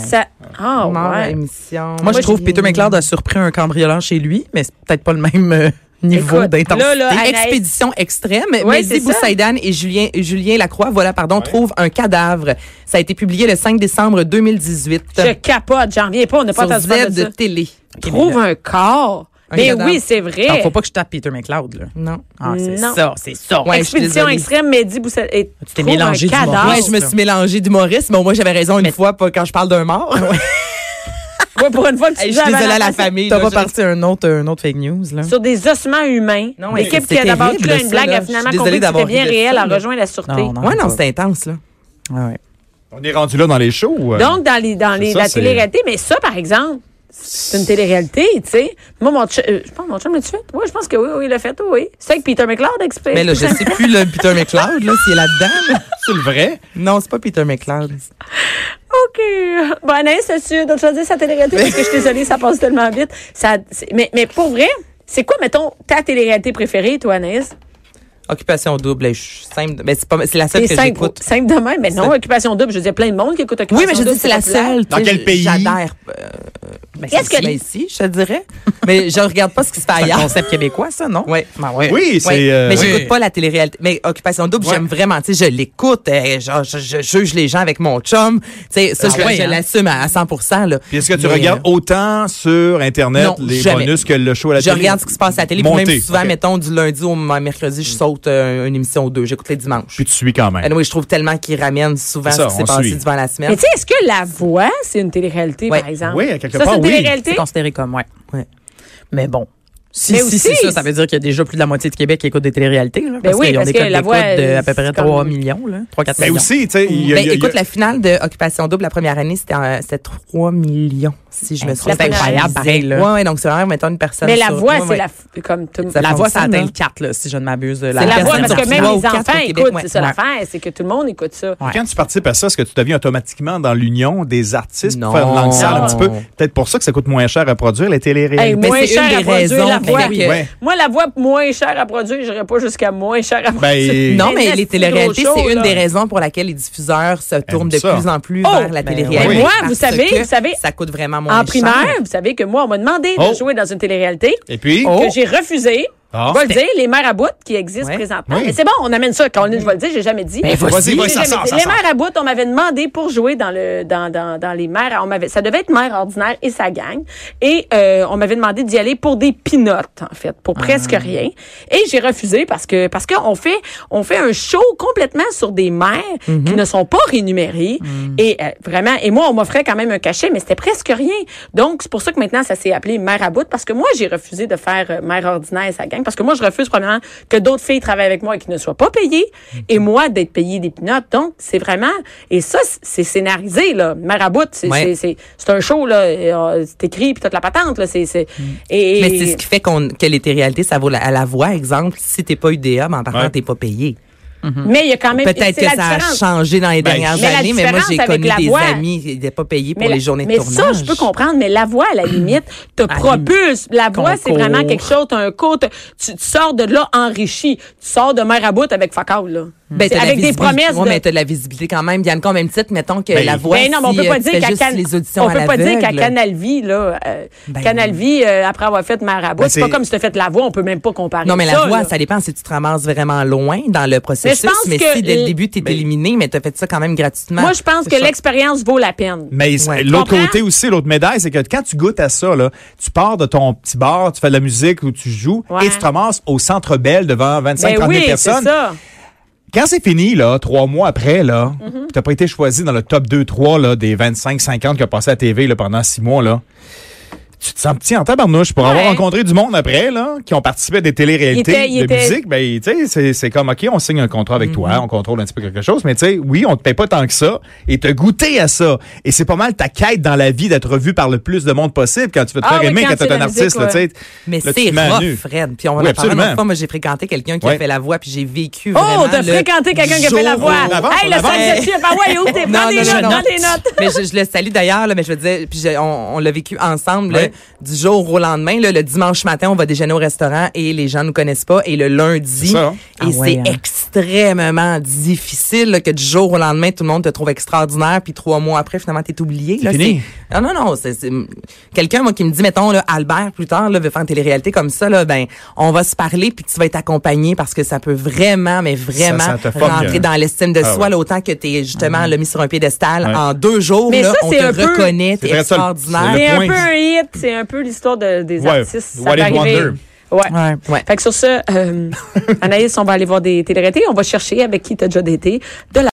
[SPEAKER 1] ça ah
[SPEAKER 3] mort à
[SPEAKER 1] ouais.
[SPEAKER 3] l'émission.
[SPEAKER 4] Moi, je
[SPEAKER 1] Oh, Moi,
[SPEAKER 4] trouve
[SPEAKER 1] j'ai-
[SPEAKER 4] Peter McLeod a surpris un cambrioleur chez lui, mais c'est peut-être pas le même euh, niveau
[SPEAKER 1] Écoute,
[SPEAKER 4] d'intensité.
[SPEAKER 1] là, là,
[SPEAKER 3] Des
[SPEAKER 1] Anaïs-
[SPEAKER 3] Expédition extrême.
[SPEAKER 1] c'est
[SPEAKER 3] Mehdi
[SPEAKER 1] ça.
[SPEAKER 3] Boussaïdan et Julien, et Julien Lacroix, voilà, pardon, trouvent un cadavre. Ça a été publié le 5 décembre 2018
[SPEAKER 1] Je capote, j'en reviens pas, on n'a pas
[SPEAKER 3] sur
[SPEAKER 1] entendu parler
[SPEAKER 3] Z
[SPEAKER 1] de ça.
[SPEAKER 3] de télé.
[SPEAKER 1] Trouve un corps.
[SPEAKER 3] Un
[SPEAKER 1] Mais
[SPEAKER 3] cadavre.
[SPEAKER 1] oui, c'est
[SPEAKER 4] Non,
[SPEAKER 1] vrai.
[SPEAKER 4] faut pas que je tape Peter McLeod, là.
[SPEAKER 3] Non.
[SPEAKER 4] Ah, c'est
[SPEAKER 1] Non.
[SPEAKER 4] ça, c'est ça.
[SPEAKER 3] Ouais, je suis
[SPEAKER 1] Expédition
[SPEAKER 3] désolée.
[SPEAKER 1] extrême, Mehdi Boussel. et
[SPEAKER 4] Tu t'es
[SPEAKER 1] trouve
[SPEAKER 4] mélangé
[SPEAKER 1] un
[SPEAKER 4] du
[SPEAKER 1] cadavre.
[SPEAKER 4] Ah,
[SPEAKER 3] ouais, je me
[SPEAKER 4] ça.
[SPEAKER 3] suis mélangée d'humoriste, mais au moins, j'avais raison une fois pas quand je parle d'un mort.
[SPEAKER 1] Ouais, pour une fois, le
[SPEAKER 3] Hey, je
[SPEAKER 1] sujet
[SPEAKER 3] suis
[SPEAKER 1] avait
[SPEAKER 3] désolée à la
[SPEAKER 1] l'air-
[SPEAKER 3] famille.
[SPEAKER 4] T'as
[SPEAKER 3] là,
[SPEAKER 4] pas
[SPEAKER 3] je-
[SPEAKER 4] parti un autre, un autre fake news, là.
[SPEAKER 1] Sur des ossements humains.
[SPEAKER 3] Non, mais
[SPEAKER 1] L'équipe
[SPEAKER 3] c'est
[SPEAKER 1] qui a d'abord
[SPEAKER 3] terrible,
[SPEAKER 1] cru à une
[SPEAKER 3] ça,
[SPEAKER 1] blague a
[SPEAKER 3] là. Je suis
[SPEAKER 1] finalement
[SPEAKER 3] désolée
[SPEAKER 1] compris que c'était
[SPEAKER 3] d'avoir
[SPEAKER 1] bien
[SPEAKER 3] ri de
[SPEAKER 1] réel,
[SPEAKER 3] ça,
[SPEAKER 1] a
[SPEAKER 3] là.
[SPEAKER 1] rejoint la sûreté.
[SPEAKER 4] Non, non.
[SPEAKER 3] Ouais, non, c'est intense, là.
[SPEAKER 4] Ouais, ouais.
[SPEAKER 2] On est rendu là dans les shows. euh.
[SPEAKER 1] Donc, dans, les, dans les,
[SPEAKER 2] ça,
[SPEAKER 1] la
[SPEAKER 2] c'est-
[SPEAKER 1] télé-réalité, mais ça, par exemple, c'est une télé-réalité, tu sais. Moi, mon chum, euh, je pense, mon chum l'a-tu fait? Oui, je pense que oui, oui, il l'a fait, oui. C'est avec Peter McLeod, exprès.
[SPEAKER 3] Mais là, je sais plus, le Peter McLeod, là, s'il est là-dedans. là.
[SPEAKER 2] C'est le vrai.
[SPEAKER 3] Non, c'est pas Peter McLeod.
[SPEAKER 1] OK. Bon, Anaïs, as-tu d'autres choses à dire sur la télé-réalité? Parce que je suis désolée, ça passe tellement vite. Ça, c'est- mais, mais pour vrai, c'est quoi, mettons, ta télé-réalité préférée, toi, Anaïs?
[SPEAKER 3] Occupation double, là, je suis simple. Mais c'est pas- c'est la seule
[SPEAKER 1] C'est
[SPEAKER 3] que
[SPEAKER 1] simple,
[SPEAKER 3] j'écoute.
[SPEAKER 1] simple de même, mais non,
[SPEAKER 3] C'est-
[SPEAKER 1] occupation double. Je veux dire, plein de monde qui écoute occupation
[SPEAKER 3] Oui,
[SPEAKER 1] double.
[SPEAKER 3] mais je dis c'est la
[SPEAKER 1] populaire.
[SPEAKER 3] seule.
[SPEAKER 2] Dans
[SPEAKER 3] tu sais,
[SPEAKER 2] quel pays?
[SPEAKER 3] J'adhère. euh, ben,
[SPEAKER 1] Qu'est-ce
[SPEAKER 3] c'est
[SPEAKER 1] que-
[SPEAKER 3] ici, je te dirais. mais je regarde pas ce qui se fait
[SPEAKER 4] C'est un
[SPEAKER 3] ailleurs.
[SPEAKER 4] concept québécois, ça, non?
[SPEAKER 3] Ouais.
[SPEAKER 4] Ben ouais.
[SPEAKER 2] Oui,
[SPEAKER 3] Ouais,
[SPEAKER 2] c'est. euh,
[SPEAKER 3] mais
[SPEAKER 2] oui.
[SPEAKER 3] j'écoute pas la télé-réalité. Mais Occupation Double,
[SPEAKER 2] Ouais.
[SPEAKER 3] j'aime vraiment. Tu sais, je l'écoute. euh, genre, je, je juge les gens avec mon chum. Tu sais, ça,
[SPEAKER 4] Ah
[SPEAKER 3] je,
[SPEAKER 4] ouais,
[SPEAKER 3] je
[SPEAKER 4] hein?
[SPEAKER 3] l'assume à, à 100 là.
[SPEAKER 2] Puis est-ce que tu
[SPEAKER 3] Mais, euh,
[SPEAKER 2] regardes autant sur Internet
[SPEAKER 3] non,
[SPEAKER 2] les
[SPEAKER 3] jamais.
[SPEAKER 2] bonus que le show à la
[SPEAKER 3] je
[SPEAKER 2] télé?
[SPEAKER 3] regarde ce qui se passe à la télé. puis
[SPEAKER 2] Monté,
[SPEAKER 3] même souvent,
[SPEAKER 2] ok.
[SPEAKER 3] mettons, du lundi au m- mercredi, je saute euh, une émission ou deux. J'écoute les dimanches.
[SPEAKER 2] Puis tu suis quand
[SPEAKER 3] oui
[SPEAKER 2] même.
[SPEAKER 3] je trouve tellement qu'ils ramènent souvent
[SPEAKER 2] C'est ça,
[SPEAKER 3] ce qui s'est
[SPEAKER 2] on
[SPEAKER 3] passé
[SPEAKER 2] suit.
[SPEAKER 3] durant la semaine.
[SPEAKER 1] Mais tu sais, est-ce que la voix, c'est une télé-réalité,
[SPEAKER 3] Ouais.
[SPEAKER 1] par exemple?
[SPEAKER 2] Oui, à quelque
[SPEAKER 1] ça,
[SPEAKER 2] part,
[SPEAKER 1] c'est une
[SPEAKER 2] oui.
[SPEAKER 4] C'est
[SPEAKER 1] télé-réalité?
[SPEAKER 4] considéré comme, ouais.
[SPEAKER 3] Ouais.
[SPEAKER 4] Mais bon. Si,
[SPEAKER 1] Mais
[SPEAKER 4] si
[SPEAKER 1] aussi, Ben
[SPEAKER 4] c'est ça, ça veut dire qu'il y a déjà plus de la moitié de Québec qui écoute des téléréalités. Là,
[SPEAKER 1] oui,
[SPEAKER 4] qu'ils ont
[SPEAKER 1] parce
[SPEAKER 4] des
[SPEAKER 1] que
[SPEAKER 4] codes
[SPEAKER 1] la
[SPEAKER 4] d'écoute
[SPEAKER 1] voix,
[SPEAKER 4] de à peu près
[SPEAKER 1] c'est
[SPEAKER 4] 3
[SPEAKER 1] comme-
[SPEAKER 4] millions, là. 3-4
[SPEAKER 2] Mais
[SPEAKER 4] millions.
[SPEAKER 2] aussi, tu sais, il y a-
[SPEAKER 3] Ben,
[SPEAKER 2] il y a-
[SPEAKER 3] écoute,
[SPEAKER 2] il y a-
[SPEAKER 3] la finale de Occupation Double, la première année, c'était euh, c'était 3 millions, si je me
[SPEAKER 4] Hey,
[SPEAKER 3] souviens.
[SPEAKER 1] c'est incroyable,
[SPEAKER 4] pareil, là.
[SPEAKER 3] Ouais, ouais, donc c'est vraiment, mettons, une personne.
[SPEAKER 1] Mais la
[SPEAKER 3] sur-
[SPEAKER 1] voix,
[SPEAKER 3] ouais,
[SPEAKER 1] c'est
[SPEAKER 3] ouais.
[SPEAKER 1] la, f- comme tout le monde.
[SPEAKER 3] Ça
[SPEAKER 4] La voix, ça
[SPEAKER 3] fonctionne,
[SPEAKER 4] atteint
[SPEAKER 3] hein.
[SPEAKER 4] le 4, là, si je ne m'abuse.
[SPEAKER 1] C'est la voix,
[SPEAKER 3] personne
[SPEAKER 1] parce que
[SPEAKER 3] sur
[SPEAKER 1] même
[SPEAKER 3] trois ou
[SPEAKER 1] les
[SPEAKER 3] quatre au
[SPEAKER 1] enfants
[SPEAKER 3] Québec,
[SPEAKER 1] écoutent,
[SPEAKER 3] ouais.
[SPEAKER 1] c'est ça
[SPEAKER 3] Ouais.
[SPEAKER 1] l'affaire, c'est que tout le monde écoute ça.
[SPEAKER 4] Ouais.
[SPEAKER 2] Quand tu participes à ça, est-ce que tu deviens automatiquement dans l'union des artistes
[SPEAKER 3] Non.
[SPEAKER 2] pour faire langue sale un
[SPEAKER 3] Non.
[SPEAKER 2] petit peu? Peut-être pour ça que ça coûte moins cher à produire les
[SPEAKER 1] Hey,
[SPEAKER 2] téléréalités.
[SPEAKER 3] Mais
[SPEAKER 1] moins
[SPEAKER 3] c'est
[SPEAKER 1] cher
[SPEAKER 3] une
[SPEAKER 1] à
[SPEAKER 3] des
[SPEAKER 1] produire la
[SPEAKER 3] raisons,
[SPEAKER 1] voix.
[SPEAKER 3] ben oui.
[SPEAKER 2] Ouais.
[SPEAKER 1] Moi, la voix moins chère à produire, j'irais pas jusqu'à moins cher à produire.
[SPEAKER 2] Ben,
[SPEAKER 3] Non,
[SPEAKER 1] un
[SPEAKER 3] mais
[SPEAKER 1] esti
[SPEAKER 3] les
[SPEAKER 1] de gros
[SPEAKER 3] téléréalités,
[SPEAKER 1] show,
[SPEAKER 3] c'est une
[SPEAKER 1] là.
[SPEAKER 3] des raisons pour laquelle les diffuseurs se tournent de
[SPEAKER 2] ça.
[SPEAKER 3] plus en plus
[SPEAKER 1] Oh,
[SPEAKER 3] vers la
[SPEAKER 4] ben
[SPEAKER 3] télé-réalité.
[SPEAKER 2] oui.
[SPEAKER 1] Moi,
[SPEAKER 3] parce
[SPEAKER 1] vous savez,
[SPEAKER 3] que
[SPEAKER 1] vous savez,
[SPEAKER 3] Ça coûte vraiment moins
[SPEAKER 1] En primaire,
[SPEAKER 3] cher.
[SPEAKER 1] vous savez que moi, on m'a demandé
[SPEAKER 2] Oh.
[SPEAKER 1] de jouer dans une télé-réalité
[SPEAKER 2] Et puis,
[SPEAKER 1] que j'ai refusé.
[SPEAKER 2] Ah.
[SPEAKER 1] je vais le dire, les mères à bout qui existent
[SPEAKER 3] Ouais.
[SPEAKER 1] présentement.
[SPEAKER 2] Oui.
[SPEAKER 1] Mais c'est bon, on amène ça. Quand on je vais le dire, j'ai jamais dit.
[SPEAKER 2] vas-y, vas-y,
[SPEAKER 1] J'ai jamais
[SPEAKER 2] ça sort,
[SPEAKER 1] dit.
[SPEAKER 2] ça
[SPEAKER 1] les
[SPEAKER 2] sort.
[SPEAKER 1] mères à bout, on m'avait demandé pour jouer dans le dans, dans, dans les mères. On m'avait, ça devait être mère ordinaire et sa gang. Et euh, on m'avait demandé d'y aller pour des pinottes, en fait, pour
[SPEAKER 2] Ah.
[SPEAKER 1] presque rien. Et j'ai refusé parce que parce qu'on fait on fait un show complètement sur des mères
[SPEAKER 2] Mm-hmm.
[SPEAKER 1] qui ne sont pas rémunérées.
[SPEAKER 2] Mm.
[SPEAKER 1] Et euh, vraiment, et moi, on m'offrait quand même un cachet, mais c'était presque rien. Donc, c'est pour ça que maintenant, ça s'est appelé mère à bout parce que moi, j'ai refusé de faire euh, mère ordinaire et sa gang parce que moi, je refuse probablement que d'autres filles travaillent avec moi et qui ne soient pas payées et
[SPEAKER 3] Mhm.
[SPEAKER 1] moi d'être payée des pinottes. Donc, c'est vraiment et ça, c- c'est scénarisé là. Mère à bout, c'est
[SPEAKER 3] Ouais.
[SPEAKER 1] c'est- c'est c'est un show là, et, euh, c'est écrit puis toute la patente là. C'est c'est et,
[SPEAKER 3] Mhm. Mais c'est ce qui fait qu'on que les téléréalités, ça vaut la, à la voix, exemple, si t'es pas UDA, mais ben, en partant,
[SPEAKER 2] Ouais.
[SPEAKER 3] t'es pas payé.
[SPEAKER 1] mais il y a quand même
[SPEAKER 3] Peut-être
[SPEAKER 1] c'est
[SPEAKER 3] que
[SPEAKER 1] la
[SPEAKER 3] ça a
[SPEAKER 1] différence.
[SPEAKER 3] changé dans les
[SPEAKER 2] Ben,
[SPEAKER 3] dernières
[SPEAKER 1] mais la
[SPEAKER 3] années, mais moi, j'ai
[SPEAKER 1] différence
[SPEAKER 3] connu
[SPEAKER 1] avec la
[SPEAKER 3] des
[SPEAKER 1] voix-
[SPEAKER 3] amis qui n'étaient pas payés pour
[SPEAKER 1] la-
[SPEAKER 3] les journées de
[SPEAKER 1] mais
[SPEAKER 3] tournage.
[SPEAKER 1] ça, je peux comprendre, mais la voix, à la limite, te propulse. La voix, c'est
[SPEAKER 4] Concours.
[SPEAKER 1] vraiment quelque chose, t'as un cours, t'as- tu, tu sors de là enrichi. Tu sors de mer à bout avec Facal, là.
[SPEAKER 3] Ben,
[SPEAKER 1] C'est
[SPEAKER 3] t'as de la
[SPEAKER 1] avec des
[SPEAKER 3] visibilité.
[SPEAKER 1] promesses
[SPEAKER 3] Ouais,
[SPEAKER 1] de-
[SPEAKER 3] mais t'as de la visibilité quand même. Yann, quand même titre, mettons que
[SPEAKER 2] Ben,
[SPEAKER 3] la voix,
[SPEAKER 1] Ben non, mais on
[SPEAKER 3] si,
[SPEAKER 1] peut pas
[SPEAKER 3] euh, tu
[SPEAKER 1] dire
[SPEAKER 3] fais
[SPEAKER 1] qu'à
[SPEAKER 3] juste
[SPEAKER 1] Can-
[SPEAKER 3] les auditions
[SPEAKER 1] on
[SPEAKER 3] à
[SPEAKER 1] peut pas dire qu'à
[SPEAKER 3] l'aveugle.
[SPEAKER 1] Canal Vie là, euh,
[SPEAKER 3] Ben
[SPEAKER 1] Canal
[SPEAKER 3] non.
[SPEAKER 1] Vie euh, après avoir fait Marabout,
[SPEAKER 2] Ben,
[SPEAKER 1] c'est pas
[SPEAKER 2] c'est-
[SPEAKER 1] comme si tu as fait la voix, on peut même pas comparer.
[SPEAKER 3] Non, mais la
[SPEAKER 1] ça,
[SPEAKER 3] voix,
[SPEAKER 1] là.
[SPEAKER 3] ça dépend si tu te ramasses vraiment loin dans le processus.
[SPEAKER 1] pense
[SPEAKER 3] Mais,
[SPEAKER 1] que
[SPEAKER 3] si dès
[SPEAKER 1] l-
[SPEAKER 3] le début, tu es
[SPEAKER 2] Ben,
[SPEAKER 3] éliminé, mais tu as fait ça quand même gratuitement.
[SPEAKER 1] Moi, je pense que
[SPEAKER 3] C'est ça.
[SPEAKER 1] l'expérience vaut la peine.
[SPEAKER 2] Mais c'est-
[SPEAKER 3] Ouais.
[SPEAKER 2] l'autre
[SPEAKER 1] Comprends?
[SPEAKER 2] côté aussi, l'autre médaille, c'est que quand tu goûtes à ça, là, tu pars de ton petit bar, tu fais de la musique ou tu joues
[SPEAKER 1] Ouais.
[SPEAKER 2] et tu te ramasses au centre belle devant 25
[SPEAKER 1] Ben
[SPEAKER 2] 30
[SPEAKER 1] oui,
[SPEAKER 2] 000
[SPEAKER 1] c'est
[SPEAKER 2] personnes.
[SPEAKER 1] ça.
[SPEAKER 2] Quand c'est fini, là, trois mois après, là,
[SPEAKER 1] Mhm.
[SPEAKER 2] tu n'as pas été choisi dans le top 2-3 là, des 25-50 qui a passé à TV là, pendant six mois, là. Tu te sens petit en tabarnouche pour avoir
[SPEAKER 1] Ouais.
[SPEAKER 2] rencontré du monde après, là, qui ont participé à des
[SPEAKER 1] Il
[SPEAKER 2] téléréalités
[SPEAKER 1] était- il
[SPEAKER 2] de
[SPEAKER 1] était- Mhm.
[SPEAKER 2] musique. Ben, tu sais, c'est- c'est comme, OK, on signe un contrat avec toi, on contrôle un petit peu quelque chose, mais tu sais, oui, on te paye pas tant que ça, et te goûter à ça. Et c'est pas mal ta quête dans la vie d'être vu par le plus de monde possible quand tu veux te
[SPEAKER 1] Ah
[SPEAKER 2] faire
[SPEAKER 1] oui,
[SPEAKER 2] aimer,
[SPEAKER 1] quand
[SPEAKER 2] quand
[SPEAKER 1] c'est
[SPEAKER 2] t'es un
[SPEAKER 1] la musique,
[SPEAKER 2] artiste, là, tu sais.
[SPEAKER 3] Mais
[SPEAKER 2] Là, tu
[SPEAKER 3] c'est
[SPEAKER 2] te mets à
[SPEAKER 3] rough,
[SPEAKER 2] nu.
[SPEAKER 3] Fred. Puis on
[SPEAKER 2] Oui,
[SPEAKER 3] va en parler
[SPEAKER 2] absolument.
[SPEAKER 3] une fois. Moi, j'ai fréquenté quelqu'un qui
[SPEAKER 2] Ouais.
[SPEAKER 3] a fait la voix, puis j'ai vécu
[SPEAKER 1] Oh,
[SPEAKER 3] vraiment
[SPEAKER 1] t'as
[SPEAKER 3] le-
[SPEAKER 1] fréquenté quelqu'un qui a fait la
[SPEAKER 2] jour
[SPEAKER 1] voix.
[SPEAKER 2] en avance,
[SPEAKER 1] Hey, le
[SPEAKER 2] en avance.
[SPEAKER 1] sac de chips, ah ouais, où t'es? Prends des notes, prends des notes.
[SPEAKER 3] mais je, je le salue d'ailleurs, là, mais je veux dire, puis je- on, on l'a vécu ensemble là,
[SPEAKER 2] Ouais.
[SPEAKER 3] du jour au lendemain. là, le dimanche matin, on va déjeuner au restaurant et les gens nous connaissent pas. Et le
[SPEAKER 2] C'est
[SPEAKER 3] lundi,
[SPEAKER 2] ça, hein?
[SPEAKER 3] et
[SPEAKER 4] Ah ouais,
[SPEAKER 3] c'est
[SPEAKER 4] hein.
[SPEAKER 3] extrêmement difficile là, que du jour au lendemain, tout le monde te trouve extraordinaire, puis trois mois après, finalement, t'es oublié. là,
[SPEAKER 2] fini.
[SPEAKER 3] c'est- Ah, Non, non, non. c'est- c'est- Quelqu'un moi qui me dit, mettons, là, Albert, plus tard, là, veut faire une télé-réalité comme ça, là, ben, on va se parler, puis tu vas être accompagné parce que ça peut vraiment, mais vraiment
[SPEAKER 2] ça te fuck,
[SPEAKER 3] rentrer
[SPEAKER 2] euh,
[SPEAKER 3] dans l'estime de
[SPEAKER 2] ah
[SPEAKER 3] soi,
[SPEAKER 2] ouais. Ah
[SPEAKER 3] là, autant que tu es justement là, mis sur un piédestal
[SPEAKER 2] Ouais.
[SPEAKER 3] en deux jours,
[SPEAKER 1] Mais
[SPEAKER 3] là,
[SPEAKER 1] ça,
[SPEAKER 3] on
[SPEAKER 1] c'est
[SPEAKER 3] te
[SPEAKER 1] un peu-
[SPEAKER 3] reconnaît,
[SPEAKER 2] C'est
[SPEAKER 3] t'es
[SPEAKER 2] vrai, ça, le-
[SPEAKER 3] extraordinaire.
[SPEAKER 2] le
[SPEAKER 1] C'est un
[SPEAKER 2] point.
[SPEAKER 1] peu un hit, c'est un peu l'histoire de- des
[SPEAKER 2] Ouais,
[SPEAKER 1] artistes. Ça
[SPEAKER 2] what
[SPEAKER 1] peut
[SPEAKER 2] it
[SPEAKER 1] arriver.
[SPEAKER 2] wonder.
[SPEAKER 1] Ouais.
[SPEAKER 4] Ouais.
[SPEAKER 3] Ouais.
[SPEAKER 1] Fait que sur ce, euh, Anaïs, on va aller voir des télé On va chercher avec qui t'as déjà daté de la